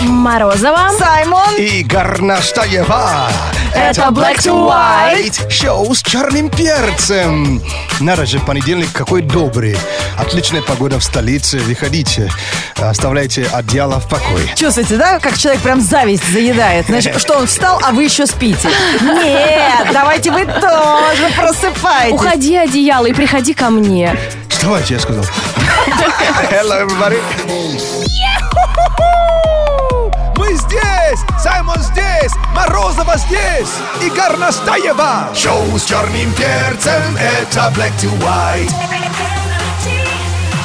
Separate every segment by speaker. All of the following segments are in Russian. Speaker 1: Морозова.
Speaker 2: Саймон.
Speaker 3: И Горнаштаева.
Speaker 1: Это Black to White.
Speaker 3: Шоу с черным перцем. Надо же, понедельник какой добрый. Отличная погода в столице. Выходите. Оставляйте одеяло в покое.
Speaker 2: Чувствуете, да, как человек прям зависть заедает? Значит, что он встал, а вы еще спите. Нет, давайте вы тоже просыпайтесь.
Speaker 1: Уходи одеяло и приходи ко мне.
Speaker 3: Вставайте, я сказал. Hello, everybody. Мы здесь! Саймон здесь! Морозова здесь! И Горностаева! Шоу с черным перцем это Black to White.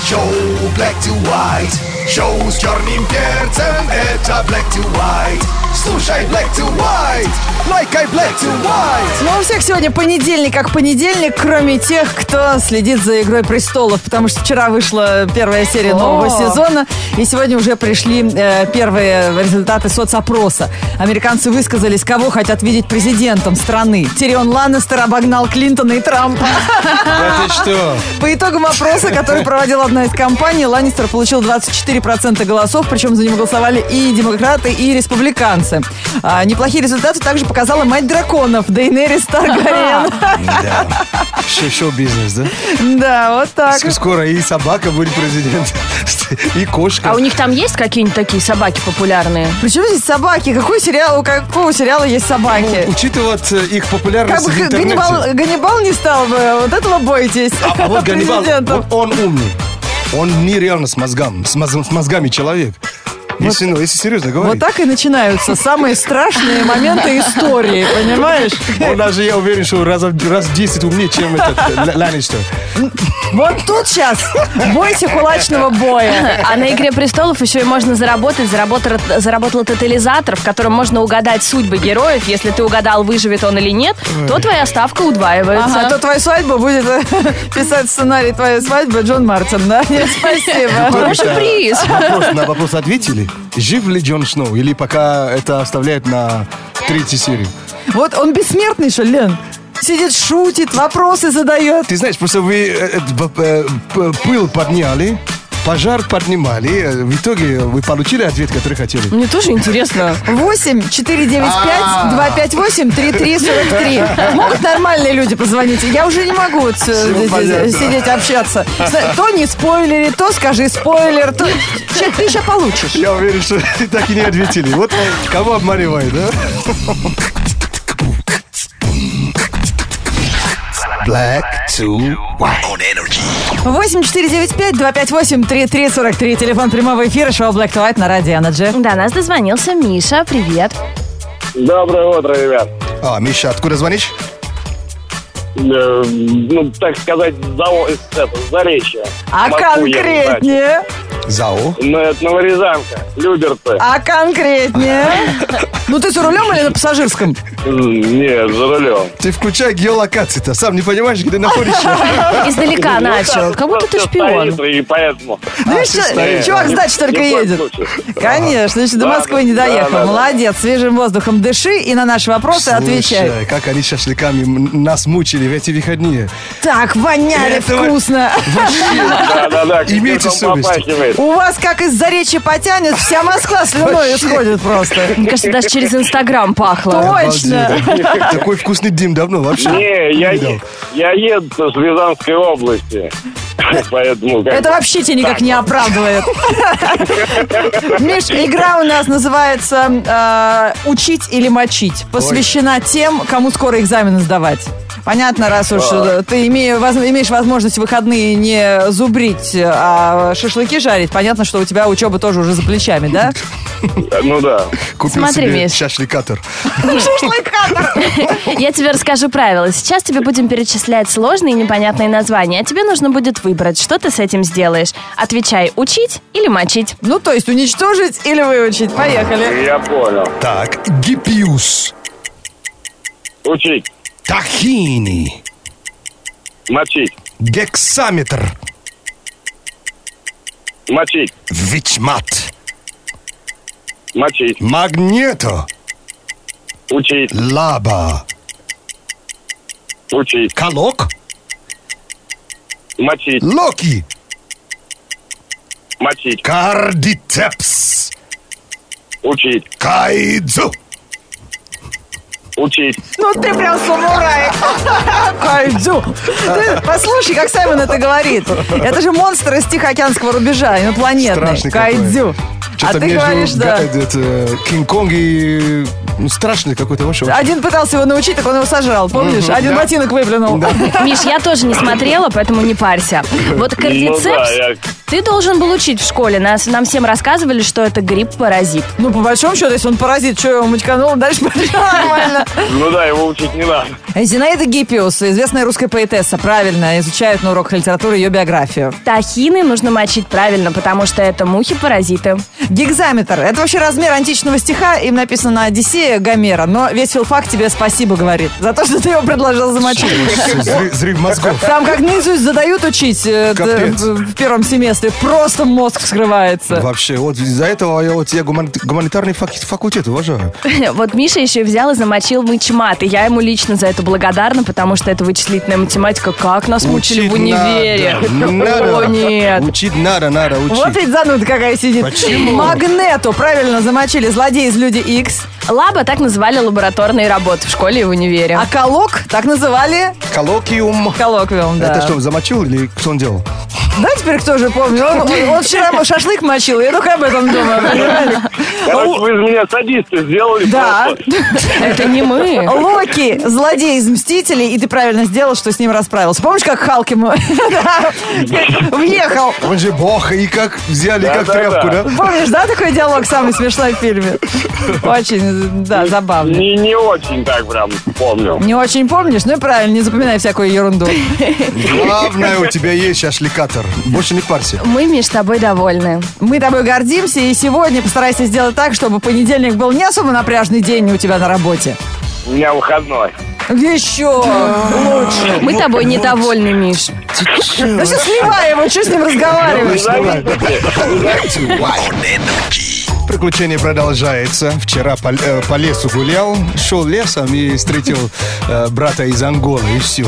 Speaker 3: Шоу Black to White. Шоу с черным перцем это Black to White. Слушай Black to White. Лайкай Black to White.
Speaker 2: Ну, у всех сегодня понедельник как понедельник, кроме тех, кто следит за «Игрой престолов», потому что вчера вышла первая серия нового
Speaker 1: О.
Speaker 2: сезона, и сегодня уже пришли э, первые результаты соцопроса. Американцы высказались, кого хотят видеть президентом страны. Тирион Ланнестер обогнал Клинтона и Трампа.
Speaker 3: Да ты что?
Speaker 2: По итогам опроса, который проводила одна из компаний, Ланнистер получил 24% голосов, причем за него голосовали и демократы, и республиканцы. А, неплохие результаты также показала мать драконов Дейнерис Таргариен.
Speaker 1: А.
Speaker 3: Да. Шоу-бизнес, да?
Speaker 2: Да, вот так.
Speaker 3: Ск- Скоро и собака будет президент, и кошка.
Speaker 1: А у них там есть какие-нибудь такие собаки популярные?
Speaker 2: Причем здесь собаки? Какой сериал, у какого сериала есть собаки?
Speaker 3: Учитывая Ну, э, их
Speaker 2: Как
Speaker 3: популярность
Speaker 2: бы
Speaker 3: в
Speaker 2: Г-
Speaker 3: интернете.
Speaker 2: Ганнибал, э, Ганнибал не стал бы, вот этого бойтесь.
Speaker 3: А, а вот Ганнибал,
Speaker 2: Президентом.
Speaker 3: вот он умный. Он нереально с мозгами, с, мозг- с мозгами человек. Если, ну, если серьезно
Speaker 2: Вот
Speaker 3: говорить.
Speaker 2: так и начинаются самые страшные моменты истории, понимаешь?
Speaker 3: Он даже, я уверен, что раз, раз в 10 умнее, чем этот э, Л- Ланнистер.
Speaker 2: Вот тут сейчас бойся кулачного боя.
Speaker 1: А на «Игре престолов» еще и можно заработать. Заработал, заработал тотализатор, в котором можно угадать судьбы героев. Если ты угадал, выживет он или нет, то твоя ставка удваивается.
Speaker 2: Ага, А то твою свадьбу будет э, писать сценарий твоей свадьбы Джон Мартин, да? Нет, спасибо.
Speaker 1: Хороший
Speaker 3: Э,
Speaker 1: приз.
Speaker 3: Вопрос, на вопрос ответили? Жив ли Джон Сноу? Или пока это оставляет на третью серию?
Speaker 2: Вот он бессмертный, что ли, Лен? Сидит, шутит, вопросы задает.
Speaker 3: Ты знаешь, просто вы э, э, б- э, п- пыл подняли, пожар поднимали. э, В итоге вы получили ответ, который хотели.
Speaker 1: Мне тоже интересно.
Speaker 2: 8 495 258 3343. Могут нормальные люди позвонить. Я уже не могу вот, э, здесь, э,
Speaker 3: понятно.
Speaker 2: сидеть общаться. Зна- То не спойлери, то скажи спойлер, то Че, ты сейчас получишь.
Speaker 3: Я уверен, что так и не ответили. Вот кого обманывает, да? Black to white.
Speaker 2: 8495 258 3343. Телефон прямого эфира шоу Black to White на радио Energy.
Speaker 1: До нас дозвонился Миша. Привет.
Speaker 4: Доброе утро, ребят.
Speaker 3: А, Миша, откуда звонишь?
Speaker 4: Э, Ну, так сказать, за, это, Заречье.
Speaker 2: А
Speaker 4: Москву еду, да.
Speaker 2: конкретнее?
Speaker 3: ЗАО.
Speaker 4: Ну, это Новорязанка, Люберцы.
Speaker 2: А конкретнее? Ну ты за рулем или на пассажирском?
Speaker 4: М, Нет, за рулем.
Speaker 3: Ты включай геолокации-то, сам не понимаешь, где находишься.
Speaker 1: Издалека
Speaker 4: Ну,
Speaker 1: начал.
Speaker 4: так,
Speaker 1: Как будто ты
Speaker 4: просто
Speaker 1: шпион.
Speaker 4: стоит, И поэтому...
Speaker 2: Видишь, чё-
Speaker 3: стоишь.
Speaker 2: Э, чувак сдачи только
Speaker 4: Ни в коем
Speaker 2: едет.
Speaker 4: случае.
Speaker 2: Конечно, значит, до
Speaker 4: Да,
Speaker 2: Москвы не
Speaker 4: да,
Speaker 2: доехал.
Speaker 4: да, да.
Speaker 2: Молодец, свежим воздухом дыши и на наши вопросы отвечай.
Speaker 3: Слушай, как они шашлыками м- нас мучили в эти выходные.
Speaker 2: Так, воняли
Speaker 3: Этого-
Speaker 2: вкусно.
Speaker 4: Да-да-да.
Speaker 3: Имейте
Speaker 4: кипятком
Speaker 3: совесть.
Speaker 4: попахивает.
Speaker 2: У вас как из-за речи потянет, вся Москва слюной исходит просто.
Speaker 1: Мне кажется, даже через Инстаграм пахло.
Speaker 2: Точно.
Speaker 3: Обалдеть. Такой вкусный дым давно вообще.
Speaker 4: Не, я,
Speaker 3: видел.
Speaker 4: е- я еду с Рязанской области. Поэтому... как
Speaker 2: Это
Speaker 4: бы-
Speaker 2: вообще тебя никак не оправдывает. Миш, игра у нас называется э, «Учить или мочить». Посвящена тем, кому скоро экзамены сдавать. Понятно, раз уж э, ты име- воз- имеешь возможность в выходные не зубрить, а шашлыки жарить, понятно, что у тебя учеба тоже уже за плечами, да?
Speaker 4: Ну да.
Speaker 3: Купил
Speaker 1: Смотри,
Speaker 3: себе
Speaker 1: Миш.
Speaker 3: шашликатор.
Speaker 1: Я тебе расскажу правила. Сейчас тебе будем перечислять сложные и непонятные названия, а тебе нужно будет выбрать, что ты с этим сделаешь. Отвечай, учить или мочить.
Speaker 2: Ну, то есть уничтожить или выучить. Поехали.
Speaker 4: Я понял.
Speaker 3: Так, гипиус.
Speaker 4: Учить.
Speaker 3: Тахини.
Speaker 4: Мочить.
Speaker 3: Гексаметр.
Speaker 4: Мочить.
Speaker 3: Вичмат.
Speaker 4: Мочить.
Speaker 3: Магнето.
Speaker 4: Учить.
Speaker 3: Лаба.
Speaker 4: Учить.
Speaker 3: Колок.
Speaker 4: Мочить.
Speaker 3: Локи.
Speaker 4: Мочить.
Speaker 3: Кардицепс.
Speaker 4: Учить.
Speaker 5: Кайдзу.
Speaker 4: Учить.
Speaker 2: Ну ты прям самурай. Кайдзю. Ты Послушай, как Саймон это говорит. Это же монстр из Тихоокеанского рубежа, инопланетный.
Speaker 3: Страшный какой.
Speaker 2: Кайдзю. А
Speaker 3: Что-то
Speaker 2: ты
Speaker 3: между
Speaker 2: говоришь, да.
Speaker 3: Га- это, Кинг-Конг и... ну, страшный какой-то вообще.
Speaker 2: Один пытался его научить, так он его сожрал, помнишь?
Speaker 3: Мгм,
Speaker 2: Один
Speaker 3: да.
Speaker 2: ботинок выплюнул.
Speaker 1: Миш, я тоже не смотрела, поэтому не парься. Вот кардицепс
Speaker 4: Ну да, я-
Speaker 1: ты должен был учить в школе. Нас, нам всем рассказывали, что это грипп-паразит.
Speaker 2: Ну, по большому счету, если он паразит, что его мочканул, дальше пошел нормально.
Speaker 4: Ну да, его учить не надо.
Speaker 2: Зинаида Гиппиус, известная русская поэтесса, правильно, изучают на уроках литературы ее биографию.
Speaker 1: Тахины нужно мочить правильно, потому что это мухи-паразиты.
Speaker 2: Гигзаметр. Это вообще размер античного стиха. Им написано на Одиссея Гомера. Но весь филфак тебе спасибо говорит за то, что ты его предложил замочить.
Speaker 3: Всё, взрыв- Взрыв мозгов.
Speaker 2: Там как наизусть задают учить э, д-
Speaker 3: Капец.
Speaker 2: в в первом семестре. Просто мозг вскрывается.
Speaker 3: Вообще, вот из-за этого я, вот, я гуманит- гуманитарный фак- факультет уважаю.
Speaker 1: Вот Миша еще взял и замочил мычмат. И я ему лично за это благодарна, потому что это вычислительная математика. Как нас мучили в универе.
Speaker 3: надо. Надо.
Speaker 1: О, нет.
Speaker 3: Учить надо, надо учить.
Speaker 2: Вот ведь зануда какая сидит.
Speaker 3: Почему?
Speaker 2: Магнету правильно замочили злодей из Люди Икс.
Speaker 1: Лаба так называли лабораторные работы в школе и в универе.
Speaker 2: А колок так называли
Speaker 3: Коллокиум.
Speaker 2: коллоквиум, да.
Speaker 3: Это что, замочил или кто он делал?
Speaker 2: Да, теперь кто же помнит? Он, он- он вчера шашлык мочил, я только об этом думаю, понимаете?
Speaker 4: Короче, вы из меня садисты сделали
Speaker 2: Да.
Speaker 4: просто.
Speaker 1: Это не мы.
Speaker 2: Локи, злодей из «Мстителей», и ты правильно сделал, что с ним расправился. Помнишь, как Халк ему въехал?
Speaker 3: Он же бог, и как взяли, как
Speaker 4: Да-да-да.
Speaker 3: тряпку, да?
Speaker 2: Помнишь, да, такой диалог самый смешной в фильме? Очень, да, забавно.
Speaker 4: Не, не очень так прям помню.
Speaker 2: Не очень помнишь, ну и правильно, не запоминай всякую ерунду.
Speaker 3: Главное, у тебя есть шашликатор. Больше не парься.
Speaker 1: Мы, Миш, тобой довольны.
Speaker 2: Мы тобой гордимся, и сегодня постарайся сделать так, чтобы понедельник был не особо напряжный день у тебя на работе.
Speaker 4: У меня выходной.
Speaker 2: Еще лучше.
Speaker 1: Мы тобой недовольны, Миш.
Speaker 2: Да все сливай его, Ну что с ним разговариваешь?
Speaker 3: Приключение продолжается. Вчера по, э, по лесу гулял, шел лесом и встретил э, брата из Анголы, и все.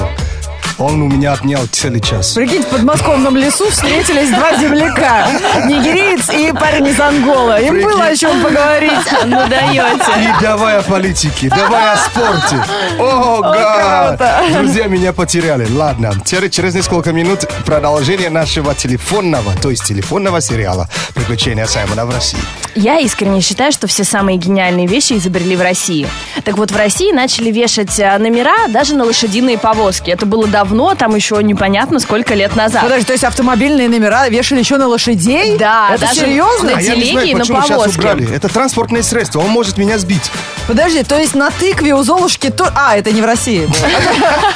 Speaker 3: Он у меня отнял целый час.
Speaker 2: Прикинь, в подмосковном лесу встретились два земляка. Нигериец и парень из Анголы. Им было о чем поговорить.
Speaker 1: Ну даете.
Speaker 3: И давай о политике, давай о спорте. О, гад! Друзья меня потеряли. Ладно, теперь через несколько минут продолжение нашего телефонного, то есть телефонного сериала «Приключения Саймона в России».
Speaker 1: Я искренне считаю, что все самые гениальные вещи изобрели в России. Так вот, в России начали вешать э, номера даже на лошадиные повозки. Это было давно, там еще непонятно сколько лет назад.
Speaker 2: Подожди, то есть автомобильные номера вешали еще на лошадей?
Speaker 1: Да,
Speaker 2: Это
Speaker 1: даже
Speaker 2: серьезно?
Speaker 1: на-
Speaker 3: А я не
Speaker 1: телеге и
Speaker 3: знаю,
Speaker 1: на
Speaker 3: почему сейчас
Speaker 1: повозке.
Speaker 3: убрали. Это транспортное средство, он может меня сбить.
Speaker 2: Подожди, то есть на тыкве у Золушки... То... А, это не в России. было.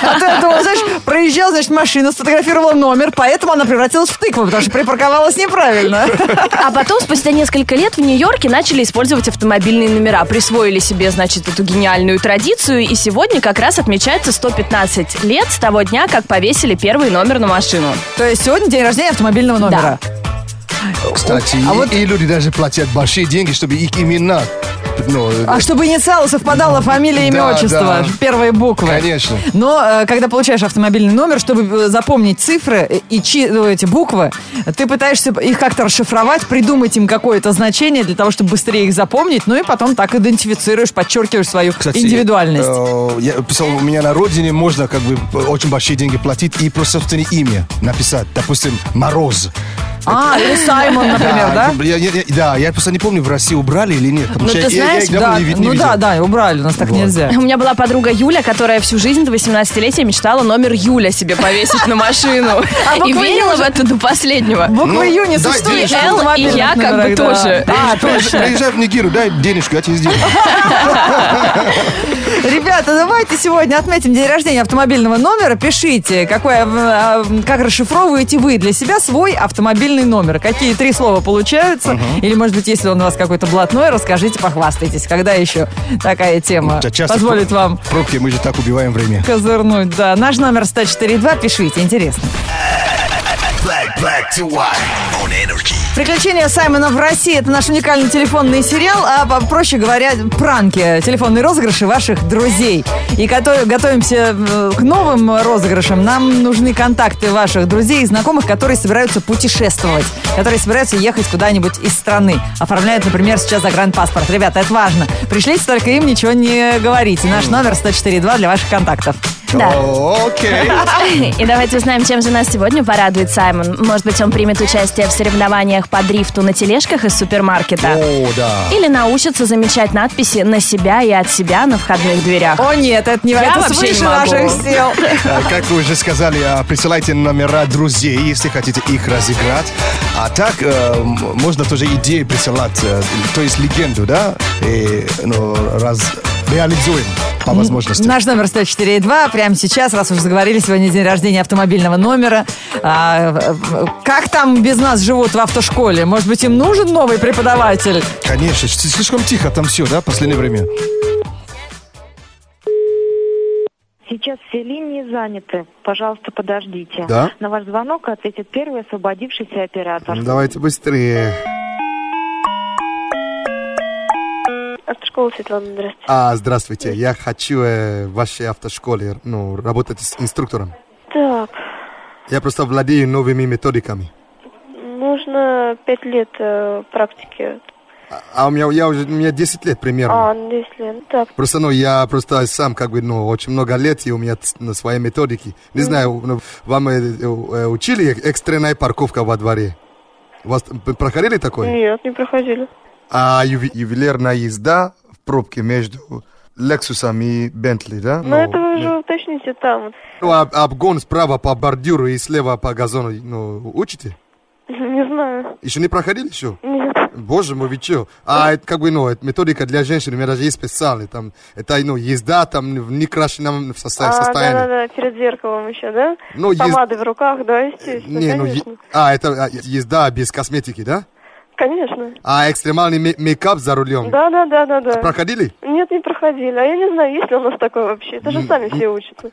Speaker 2: А то я думала, знаешь, проезжала, значит, машина, сфотографировала номер, поэтому она превратилась в тыкву, потому что припарковалась неправильно.
Speaker 1: А потом, спустя несколько лет, в Нью-Йорке начали использовать автомобильные номера. Присвоили себе, значит, эту гениальную традицию. И сегодня как раз отмечается 115 лет с того дня, как повесили первый номер на машину.
Speaker 2: То есть сегодня день рождения автомобильного номера.
Speaker 3: Кстати,
Speaker 2: А
Speaker 3: и,
Speaker 2: вот-
Speaker 3: и люди даже платят большие деньги, чтобы их имена... ну,
Speaker 2: А чтобы инициалы совпадала фамилия, имя,
Speaker 3: Да,
Speaker 2: отчество,
Speaker 3: да.
Speaker 2: первые буквы.
Speaker 3: Конечно.
Speaker 2: Но э, когда получаешь автомобильный номер, чтобы э, запомнить цифры э, и чи- ну, эти буквы, ты пытаешься их как-то расшифровать, придумать им какое-то значение для того, чтобы быстрее их запомнить, ну и потом так идентифицируешь, подчеркиваешь свою
Speaker 3: Кстати,
Speaker 2: индивидуальность.
Speaker 3: э, я писал, у меня на родине можно как бы очень большие деньги платить и просто собственное имя написать. Допустим, Мороз. А,
Speaker 2: А, или Саймон, например, да?
Speaker 3: Я, я- я- да, я просто не помню, в России убрали или нет. Потому
Speaker 1: Ну,
Speaker 3: что я,
Speaker 1: ты
Speaker 3: я- я
Speaker 1: знаешь,
Speaker 3: их давно
Speaker 2: Да,
Speaker 3: не ви- не
Speaker 2: ну
Speaker 3: видел.
Speaker 2: да, да, убрали, у нас так
Speaker 3: Вот.
Speaker 2: нельзя.
Speaker 1: У меня была подруга Юля, которая всю жизнь до 18-летия мечтала номер Юля себе повесить на машину. И
Speaker 2: буквы
Speaker 1: верила в это до последнего.
Speaker 2: Буквы
Speaker 3: Ну,
Speaker 2: Ю не
Speaker 3: дай
Speaker 2: существует.
Speaker 3: денежку.
Speaker 2: в
Speaker 1: Л и
Speaker 2: автомобильных
Speaker 1: я как бы
Speaker 2: номерах, да.
Speaker 1: тоже.
Speaker 2: А,
Speaker 3: Приезжай-
Speaker 2: точно.
Speaker 3: Приезжай в Нигеру, дай денежку, я тебе сделаю.
Speaker 2: Ребята, давайте сегодня отметим день рождения автомобильного номера. Пишите, какой, э, э, как расшифровываете вы для себя свой автомобильный номер. Какие три слова получаются. Или, может быть, если он у вас какой-то блатной, расскажите, похвастайтесь. Когда еще такая тема
Speaker 3: Да, часто
Speaker 2: позволит
Speaker 3: в-
Speaker 2: вам
Speaker 3: В пробке мы же так убиваем время.
Speaker 2: козырнуть. Да, наш номер 104.2. Пишите, интересно.
Speaker 5: Black, black to white on energy.
Speaker 2: Приключения Саймона в России это наш уникальный телефонный сериал, а по- проще говоря, пранки, телефонные розыгрыши ваших друзей. И готов- готовимся э, к новым розыгрышам. Нам нужны контакты ваших друзей и знакомых, которые собираются путешествовать, которые собираются ехать куда-нибудь из страны. Оформляют, например, сейчас загранпаспорт. Ребята, это важно. Пришлите только им, ничего не говорите. Наш номер 104.2 для ваших контактов.
Speaker 1: Да.
Speaker 3: Окей.
Speaker 1: И давайте узнаем, чем же нас сегодня порадует Саймон. Может быть, он примет участие в соревнованиях по дрифту на тележках из супермаркета.
Speaker 3: О, да.
Speaker 1: Или научится замечать надписи на себя и от себя на входных дверях.
Speaker 2: О нет, это не это
Speaker 1: вообще не
Speaker 2: свыше
Speaker 1: могу.
Speaker 2: наших сил.
Speaker 3: А, Как вы уже сказали, а, присылайте номера друзей, если хотите их разыграть. А так э, м- можно тоже идеи присылать, э, то есть легенду, да? И, ну, раз- реализуем по возможности.
Speaker 2: Наш номер 104.2 прямо сейчас, раз уже заговорили, сегодня день рождения автомобильного номера. А, э, как там без нас живут в автошколе? Может быть, им нужен новый преподаватель?
Speaker 3: Конечно, с- слишком тихо там все, да, в последнее время?
Speaker 6: Сейчас все линии заняты. Пожалуйста, подождите.
Speaker 3: Да.
Speaker 6: На ваш звонок ответит первый освободившийся
Speaker 7: Ну,
Speaker 6: оператор.
Speaker 3: Давайте быстрее.
Speaker 8: Автошкола Светлана, здравствуйте.
Speaker 7: А, здравствуйте. Я хочу э, в вашей автошколе ну, работать с инструктором.
Speaker 8: Так,
Speaker 7: Я просто владею новыми методиками.
Speaker 8: нужно пять лет э, практики.
Speaker 7: А, а у меня, я уже, у меня 10 лет примерно.
Speaker 8: А, ну, если... Так,
Speaker 7: Просто, ну, я просто сам, как бы, ну, очень много лет, и у меня ц- ну, свои методики. Не знаю, ну, вам э, э, учили экстренная парковка во дворе? Вас п- проходили такое?
Speaker 8: нет, не проходили.
Speaker 7: А юви- ювелирная езда в пробке между Лексусом и Бентли, да?
Speaker 8: Но Ну, это вы уже уточните там.
Speaker 7: Ну, об- обгон справа по бордюру и слева по газону, ну, учите?
Speaker 8: Не знаю.
Speaker 7: Еще не проходили еще?
Speaker 8: Нет.
Speaker 7: Боже мой, вы чё? А это как бы, ну, это методика для женщин, у меня даже есть специальный, там, это, ну, езда там в некрашенном состо-
Speaker 8: А,
Speaker 7: состоянии.
Speaker 8: да-да-да, перед зеркалом еще, да?
Speaker 7: Ну,
Speaker 8: С помадой
Speaker 7: ез-
Speaker 8: в руках, да, естественно,
Speaker 7: Не, ну,
Speaker 8: конечно.
Speaker 7: е- а, это а, е- езда без косметики, да?
Speaker 8: Конечно.
Speaker 7: А экстремальный ме- мейкап за рулем.
Speaker 8: Да-да-да-да-да.
Speaker 7: Проходили?
Speaker 8: Нет, не проходили. А я не знаю, есть ли у нас такое вообще. Это же сами все учатся.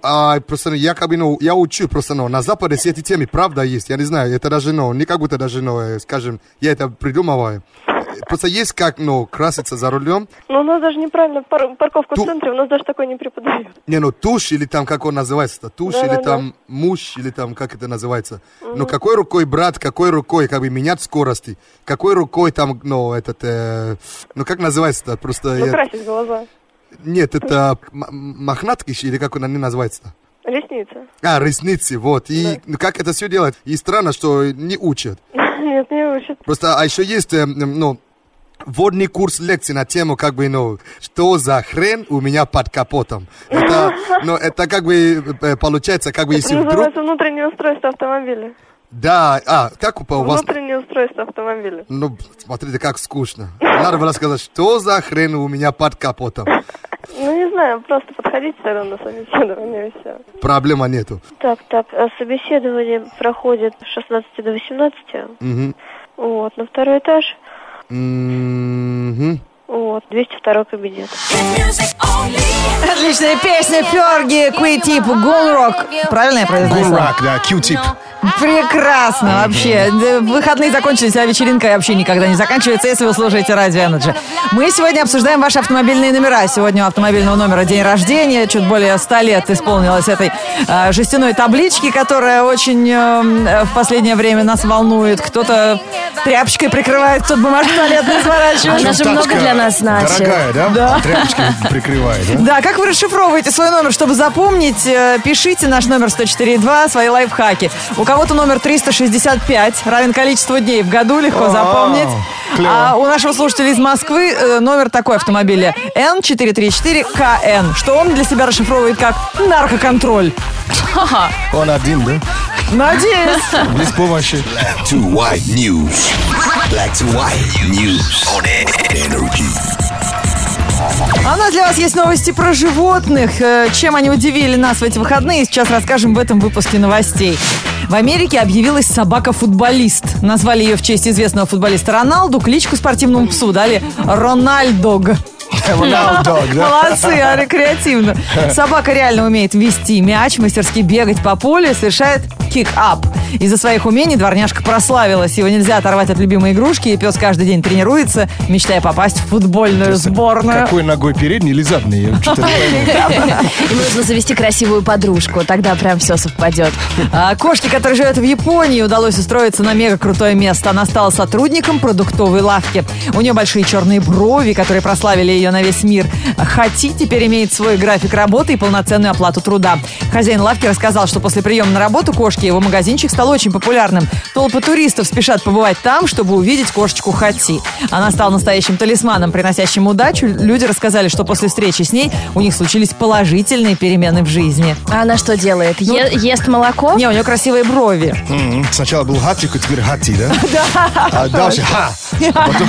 Speaker 7: А, просто ну, я как бы, ну, я учу просто, ну, на Западе все эти темы, правда, есть. Я не знаю, это даже, ну, не как будто даже, ну, э, скажем, я это придумываю. Э, Просто есть как, ну, краситься за рулем,
Speaker 8: Но Ну, у нас даже неправильно пар- парковка
Speaker 7: Ту-
Speaker 8: в центре, у нас даже такое не преподают.
Speaker 7: Не, ну тушь или там, как он называется, -то, тушь или
Speaker 8: Да-да-да.
Speaker 7: там муж, или там, как это называется. Ну, какой рукой, брат, какой рукой, как бы менять скорости, какой рукой там, ну, этот, э, ну, как называется-то, просто...
Speaker 8: Ну,
Speaker 7: я-
Speaker 8: красить глаза.
Speaker 7: Нет, это м- м- мохнатки ещё, или как он они называется-то?
Speaker 8: Ресницы.
Speaker 7: А, ресницы, вот. И ну, как это все делать? И странно, что не учат.
Speaker 8: Нет, не учат.
Speaker 7: Просто, а еще есть, э, м, ну, вводный курс лекций на тему, как бы, ну, что за хрен у меня под капотом. Это, ну, это как бы э, получается, как бы,
Speaker 8: Это
Speaker 7: если вдруг...
Speaker 8: называется внутреннее устройство автомобиля.
Speaker 7: Да, а, как у вас...
Speaker 8: Внутреннее устройство автомобиля.
Speaker 7: Ну, смотрите, как скучно. Надо было сказать, что за хрен у меня под капотом.
Speaker 8: Ну, не знаю, просто подходите тогда на собеседование и все.
Speaker 7: Проблема нету.
Speaker 8: Так, так, а собеседование проходит с 16 до 18.
Speaker 7: Мгм.
Speaker 8: Вот, на второй этаж.
Speaker 7: Мгм.
Speaker 8: Вот, 202 кабинет.
Speaker 2: Отличная песня Ферги, Куитип, Голрок. Правильно я произнесла?
Speaker 3: Гулрак, да, Q-tip.
Speaker 2: Прекрасно вообще. Да, Выходные закончились, а вечеринка вообще никогда не заканчивается, если вы слушаете Радио Energy. Мы сегодня обсуждаем ваши автомобильные номера. Сегодня у автомобильного номера день рождения. Чуть более 100 лет исполнилось этой э, жестяной таблички, которая очень э, в последнее время нас волнует. Кто-то тряпочкой прикрывает, кто-то бумажку туалетную сворачивает.
Speaker 1: Она же
Speaker 3: Тачка
Speaker 1: много для нас значит.
Speaker 3: э, Дорогая, да? Тряпочки прикрывает, да?
Speaker 2: Да, как вы расшифровываете свой номер, чтобы запомнить? э, Пишите наш номер 104.2, свои лайфхаки. У кого-то номер 365, равен количеству дней в году, легко запомнить.
Speaker 3: клево.
Speaker 2: А у нашего слушателя из Москвы э, номер такой автомобиля N434KN, что он для себя расшифровывает как наркоконтроль.
Speaker 3: Он один, да?
Speaker 2: Надеюсь.
Speaker 3: Без помощи.
Speaker 5: Black to white news. Black to white news on energy.
Speaker 2: А у нас для вас есть новости про животных. Э, Чем они удивили нас в эти выходные, сейчас расскажем в этом выпуске новостей. В Америке объявилась собака-футболист. Назвали ее в честь известного футболиста Роналду. Кличку спортивному псу дали Рональдог.
Speaker 3: Роналдог, да?
Speaker 2: Молодцы, а, креативно. Собака реально умеет вести мяч, мастерски бегать по полю, совершает Kick Up. Из-за своих умений дворняжка прославилась. Его нельзя оторвать от любимой игрушки, и пес каждый день тренируется, мечтая попасть в футбольную сборную.
Speaker 3: Какой ногой передний или задний? Я что-то не пойму.
Speaker 1: И нужно завести красивую подружку, тогда прям все совпадет.
Speaker 2: А кошке, которая живет в Японии, удалось устроиться на мега крутое место. Она стала сотрудником продуктовой лавки. У нее большие черные брови, которые прославили ее на весь мир. Хати теперь имеет свой график работы и полноценную оплату труда. Хозяин лавки рассказал, что после приема на работу кошки его магазинчик стал очень популярным. Толпы туристов спешат побывать там, чтобы увидеть кошечку Хати. Она стала настоящим талисманом, приносящим удачу. Люди рассказали, что после встречи с ней у них случились положительные перемены в жизни.
Speaker 1: А она что делает? Е- ест молоко?
Speaker 2: Не, у нее красивые брови.
Speaker 3: М, Сначала был хатик, а теперь хати, да? Да. А дальше ха. Потом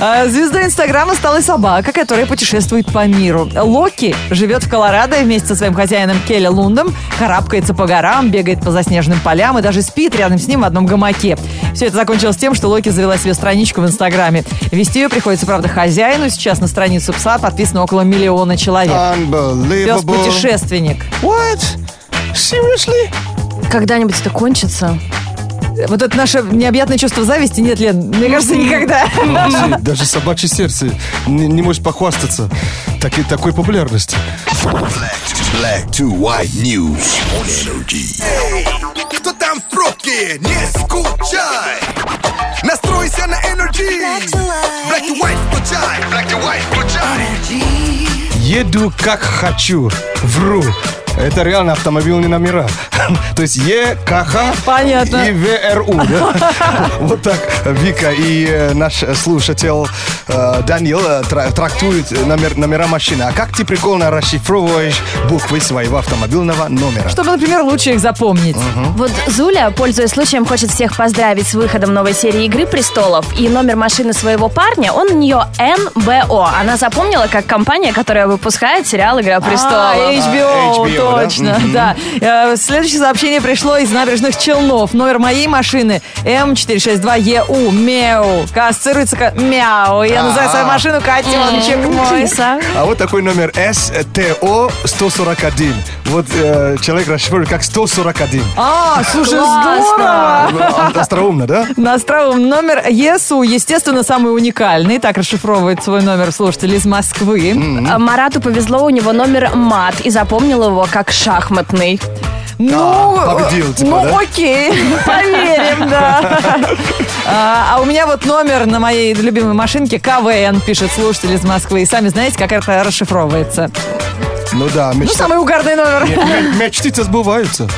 Speaker 2: А, Звездой Инстаграма стала собака, которая путешествует по миру. Локи живет в Колорадо и вместе со своим хозяином Келли Лундом, карабкается по горам, бегает по заснеженным полям и даже спит рядом с ним в одном гамаке. Все это закончилось тем, что Локи завела себе страничку в Инстаграме. Вести ее приходится, правда, хозяину. Сейчас на страницу пса подписано около миллиона
Speaker 3: А,
Speaker 2: человек. Пес
Speaker 3: Unbelievable.
Speaker 2: путешественник.
Speaker 3: What? Seriously?
Speaker 1: Когда-нибудь это кончится?
Speaker 2: Вот это наше необъятное чувство зависти нет, Лен,
Speaker 1: Ну,
Speaker 2: мне кажется, никогда.
Speaker 3: Вообще, даже собачье сердце не, не может похвастаться таки- такой популярностью.
Speaker 5: Black to white news on energy. кто там в пробке? Не скучай. Настройся на energy. Black to white включай. Black to white включай.
Speaker 3: Еду как хочу, вру. Это реально автомобильные номера. То есть Е, КХ
Speaker 2: Понятно.
Speaker 3: и ВРУ. да? Вот так Вика и э, наш слушатель э, Данил э, тра- трактуют номер- номера машины. А как ты прикольно расшифровываешь буквы своего автомобильного номера?
Speaker 2: Чтобы, например, лучше их запомнить.
Speaker 1: Вот Зуля, пользуясь случаем, хочет всех поздравить с выходом новой серии «Игры престолов». И номер машины своего парня, он у нее НБО. Она запомнила, как компания, которая выпускает сериал «Игра
Speaker 2: А,
Speaker 1: престолов».
Speaker 2: HBO,
Speaker 3: HBO, да?
Speaker 2: точно, да. Э, Следующее сообщение пришло из набережных Челнов. Номер моей машины М462ЕУ. Мяу. Кассируется как мяу. Я называю свою машину котеночек мой.
Speaker 1: Крыса.
Speaker 3: А вот такой номер СТО 141. Вот э, человек расшифровывает как 141.
Speaker 2: А, слушай,
Speaker 1: Классно.
Speaker 2: здорово.
Speaker 3: А- Остроумно, да?
Speaker 2: На островом номер ЕСУ, естественно, самый уникальный. Так расшифровывает свой номер слушатель из Москвы.
Speaker 1: А Марату повезло, у него номер мат, и запомнил его как шахматный.
Speaker 2: Ну,
Speaker 3: А, победил, типа,
Speaker 2: ну
Speaker 3: да?
Speaker 2: окей, поверим, да. А, а у меня вот номер на моей любимой машинке КВН, пишет слушатель из Москвы. И сами знаете, как это расшифровывается.
Speaker 3: Ну да,
Speaker 2: Ну,
Speaker 3: мечта.
Speaker 2: самый угарный номер.
Speaker 3: Мя- Мечты-то сбываются.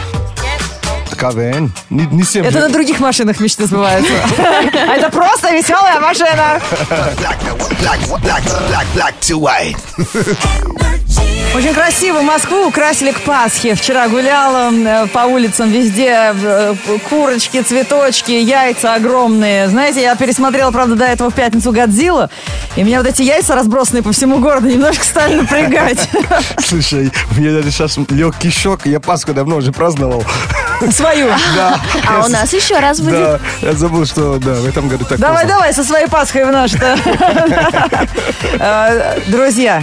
Speaker 3: КВН. Не, не всем
Speaker 2: Это
Speaker 3: же.
Speaker 2: на других машинах мечты сбываются. А это просто веселая машина.
Speaker 5: Black, black, black, black, black to white.
Speaker 2: Очень красиво Москву украсили к Пасхе. Вчера гуляла э, по улицам везде э, курочки, цветочки, яйца огромные. Знаете, я пересмотрела, правда, до этого в пятницу Годзилла, и меня вот эти яйца, разбросанные по всему городу, немножко стали напрягать.
Speaker 3: Слушай, мне даже сейчас легкий шок. Я Пасху давно уже праздновал.
Speaker 2: Свою.
Speaker 3: Да.
Speaker 1: А у нас еще раз будет.
Speaker 3: Да, я забыл, что да, в этом году так
Speaker 2: Давай,
Speaker 3: поздно.
Speaker 2: давай, со своей Пасхой в наш-то. Э, Друзья,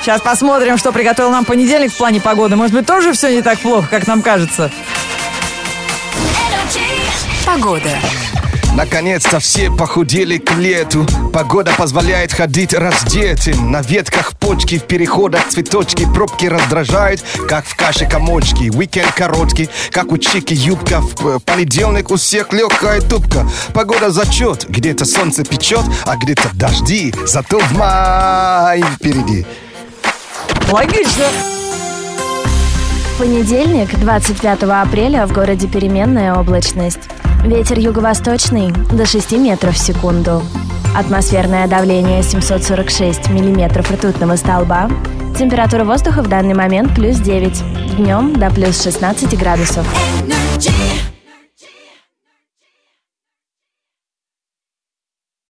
Speaker 2: сейчас посмотрим, что приготовил нам понедельник в плане погоды. Может быть, тоже все не так плохо, как нам кажется.
Speaker 9: Погода.
Speaker 3: Наконец-то все похудели к лету. Погода позволяет ходить раздетым. На ветках почки, в переходах цветочки, пробки раздражают, как в каше комочки. Уикенд короткий, как у чики юбка. В э, понедельник у всех легкая тупка. Погода зачет, где-то солнце печет, а где-то дожди. Зато в май впереди.
Speaker 2: Логично.
Speaker 10: Понедельник, 25 апреля, в городе переменная облачность. Ветер юго-восточный до 6 метров в секунду. Атмосферное давление 746 миллиметров ртутного столба. Температура воздуха в данный момент плюс 9. Днем до плюс 16 градусов.
Speaker 9: Energy.